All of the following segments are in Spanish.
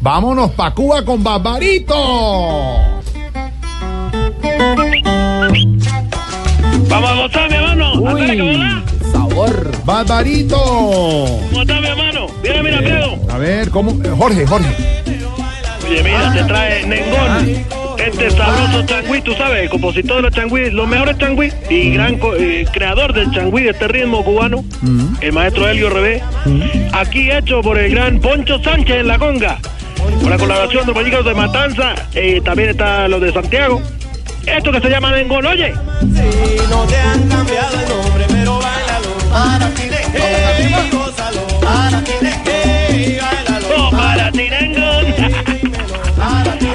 Vámonos pa' Cuba con Barbarito. Vamos a gozar, mi hermano. Ándale, que volá. sabor. Barbarito. ¿Cómo está, mi hermano? Mira, mira, Pedro. A ver, ¿cómo? Eh, Jorge, Jorge. Oye, mira, te trae Nengón. Este sabroso changüí, tú sabes, el compositor de los changuis, los mejores changuis y gran co- eh, creador del changüí, de este ritmo cubano, el maestro Helio Revés. Aquí hecho por el gran Poncho Sánchez en la conga. Con la colaboración de los Vallecas de Matanza, eh, también está los de Santiago. Esto que se llama Nengón, oye. Si no te han cambiado el nombre, pero bailalo. Para ti, hey, gózalo. Para ti, hey, bailalo. Oh, para ti, Nengón.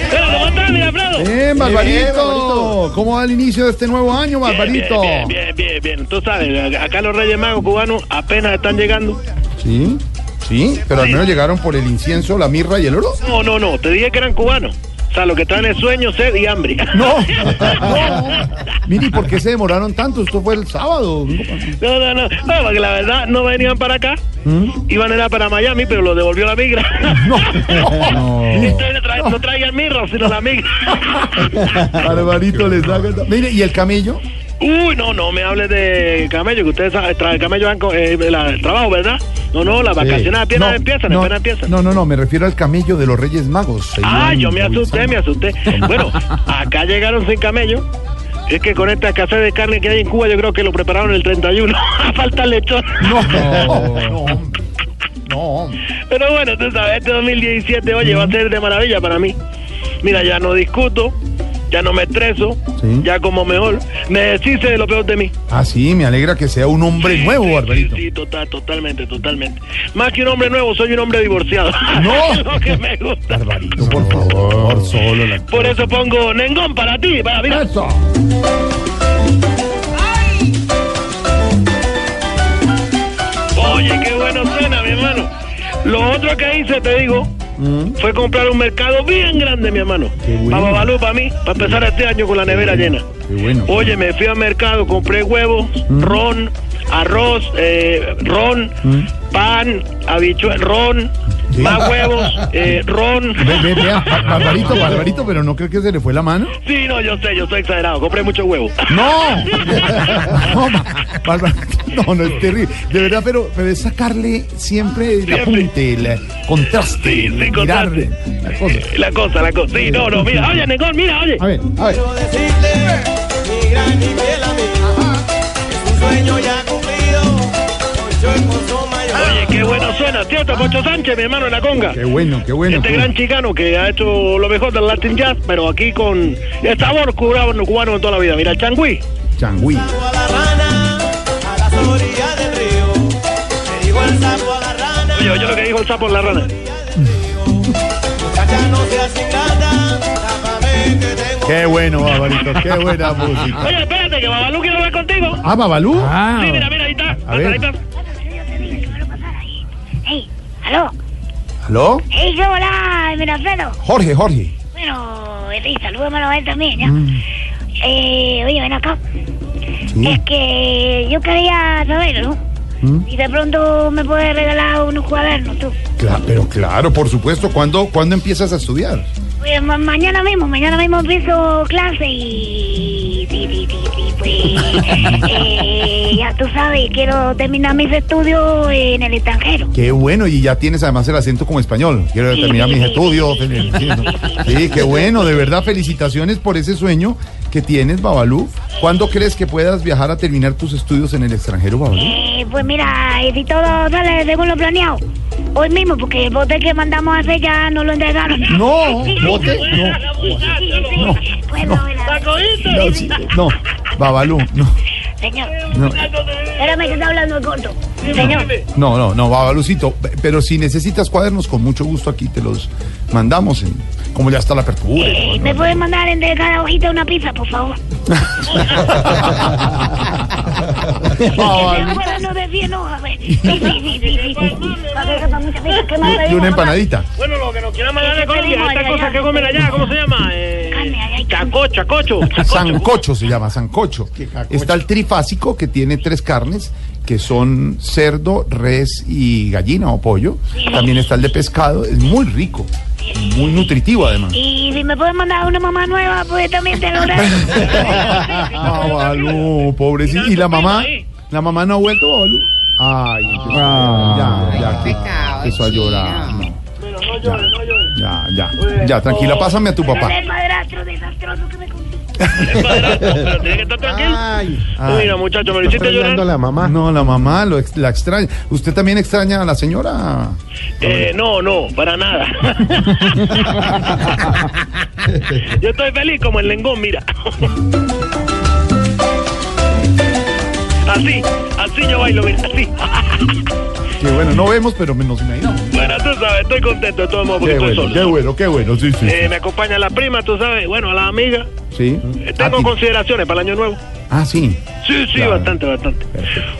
Pero, ¿cómo estás, mi Alfredo? Bien, Barbarito. ¿Cómo va el inicio de este nuevo año, Barbarito? Bien, bien, bien, bien. Tú sabes, acá los Reyes Magos cubanos apenas están llegando. Sí, sí, pero al menos llegaron por el incienso, la mirra y el oro. No, no, no, te dije que eran cubanos. O sea, lo que traen es sueño, sed y hambre. No, no. Mire, ¿y ¿por qué se demoraron tanto? Esto fue el sábado. No, no, no. No, porque la verdad no venían para acá. Iban era para Miami, pero lo devolvió la migra. ¿Mm? No. Entonces no trae- no traían mirra, sino la migra. Barbarito les da. Mire, ¿y el camello? Uy, no, no me hables de camello, que ustedes saben, tra- el camello van con- eh, la- el trabajo, ¿verdad? No, no, las vacaciones apenas No, empiezan, no, apenas empiezan. No, no, no, me refiero al camello de los Reyes Magos. Se Ah, iban yo me asusté, movilizando. me asusté. Bueno, acá llegaron sin camello. Es que con esta escasez de carne que hay en Cuba, yo creo que lo prepararon el 31. Falta el lechón. No, no, no. Pero bueno, tú sabes, este 2017, oye, va a ser de maravilla para mí. Mira, ya no discuto, ya no me estreso, Sí. ya como mejor. Me deshice de lo peor de mí. Ah, sí, me alegra que sea un hombre nuevo, sí, Barbarito. Sí, sí, total, totalmente, totalmente. Más que un hombre nuevo, soy un hombre divorciado. No. Es lo que me gusta. Barbarito, por favor, solo la. Por eso pongo Nengón para ti, para mira. Eso. Oye, qué bueno suena, mi hermano. Lo otro que hice, te digo, fue comprar un mercado bien grande, mi hermano. Mm. Qué bueno. Para Babalú, para mí, para empezar este año con la nevera llena. Qué bueno. Mm. Oye, me fui al mercado, compré huevos, ron, arroz, eh, ron, pan, habichuel, ron, Sí. más huevos, eh, ron. Ve, ve, vea, Bar- Barbarito, Barbarito, pero no creo que se le fue la mano. Sí, no, yo sé, yo soy exagerado, compré muchos huevos. No, no, Bar- Barbarito, no, no es terrible. De verdad, pero, pero es sacarle siempre el Siempre. apunte, el eh, contraste, Sí, sí, el mirar contraste. la cosa. La cosa, la cosa. Sí, no, no, mira, oye, Negón, mira, oye. A ver, a ver. Quiero decirte, mi gran y fiel amiga, es un sueño ya cumplido. Yo esposo Oye, mayor. qué bueno suena, ¿cierto? Poncho Sánchez, mi hermano en la conga. Qué bueno, qué bueno. Este qué gran bueno. chicano que ha hecho lo mejor del Latin Jazz, pero aquí con el sabor cubano, cubano en toda la vida. Mira, el changüí. Changüí. Sapo a la rana, a las orillas del río. Le digo al sapo a la rana. Oye, oye lo que dijo el sapo en la rana. Muchacha, no seas ingrata, tápame que tengo Qué bueno, Barbarito, qué buena música. Oye, espérate, que Babalú quiere hablar contigo. Ah, Babalú. Sí, mira, mira, ahí está. A ver. Ahí está. Hey, aló. ¿Aló? Hey, yo, hola, mira, Alfredo. Jorge, Jorge. Mm. Bueno, eh, salúdame a él también, ¿ya? Eh, oye, ven acá. Es que yo quería saber, ¿no? Mm. Si de pronto me puedes regalar unos cuadernos, tú. Cla- pero claro, por supuesto. ¿Cuándo, ¿Cuándo empiezas a estudiar? Oye, ma- mañana mismo, mañana mismo empiezo clase y... sí, sí, sí, sí, pues, eh, ya tú sabes, quiero terminar mis estudios en el extranjero. Qué bueno, y ya tienes además el acento como español. Quiero Sí, terminar sí, mis sí, estudios. sí, sí, Sí, ¿no? sí, Sí, qué bueno, de verdad, felicitaciones por ese sueño que tienes, Babalú. ¿Cuándo crees que puedas viajar a terminar tus estudios en el extranjero, Babalú? Eh, pues mira, eh, si todo sale según lo planeado, hoy mismo, porque el bote que mandamos a hacer ya no lo entregaron. No, bote, no. Pues Bueno, mira, No, sí, no, Babalú, no, señor, no. espérame que está hablando el corto. Señor, No, no, no, Babalucito, pe- pero si necesitas cuadernos, con mucho gusto aquí te los mandamos, en- como ya está la apertura. y eh, todo, ¿me ¿no? puedes mandar entre cada hojita una pizza, por favor? Ah, Babalú. no de 100 hojas, ve. Sí, sí, sí, sí, sí, sí. Para que sepa mucha pizza, ¿qué más Y pedimos, una mamá? empanadita. Bueno, lo que nos quieran mandar de ¿Qué Colombia, pedimos esta allá, cosa allá? que comen allá, ¿cómo se llama? Eh, Carne, allá hay carne. Chacocho, chacocho. chacocho. Sancocho se llama, sancocho. Está el trifásico que tiene tres carnes, que son cerdo, res y gallina o pollo. También está el de pescado, es muy rico. Sí, Muy nutritivo, además. Y si me puedes mandar una mamá nueva, pues también te lo agradezco. Ah, Babalú, pobrecito. ¿Y la mamá? ¿La mamá no ha vuelto, Babalú? Ay, empezó a- ya, ya, Ah. Ay, que- pecado, empezó a llorar. chica. no. Pero no llores, no llores. Ya, ya, ya, tranquila, pásame a tu papá. Era el madrastro desastroso que me contó. Es padrastro, pero tienes que estar tranquilo. Ay, Ay. Mira, muchacho, me lo está hiciste fregando a llorar. la mamá. No, la mamá lo ex- la extraña. ¿Usted también extraña a la señora? Eh, no, no, para nada. Yo estoy feliz como el lengón, mira. Así, así yo bailo, mira, así. Que bueno, no vemos, pero nos imaginamos. Bueno, tú sabes, estoy contento de todo modo porque Qué estoy bueno, solo. qué bueno, qué bueno, sí, sí. Eh, me acompaña la prima, tú sabes, bueno, la amiga. Sí. Eh, Ah, Tengo ti- consideraciones para el año nuevo. Ah, sí. Sí, sí, Claro. bastante, bastante.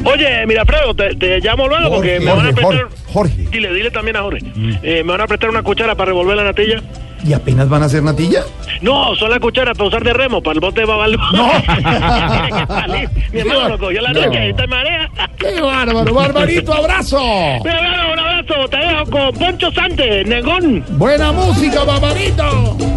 Oye, mira, Fredo, te, te llamo luego porque me van a Jorge, prestar. Jorge, Mm. Jorge. Dile, dile también a Jorge. Eh, me van a prestar una cuchara para revolver la natilla. ¿Y apenas van a hacer natilla? No, son las cucharas para usar de remo, para el bote de babalú. No. Tiene que salir. Mi hermano lo cogió la No. noche y está en marea. ¡Qué bárbaro! ¡Barbarito, abrazo! Mira, mira, un abrazo, te dejo con Poncho Sánchez, Negón. ¡Buena música, barbarito!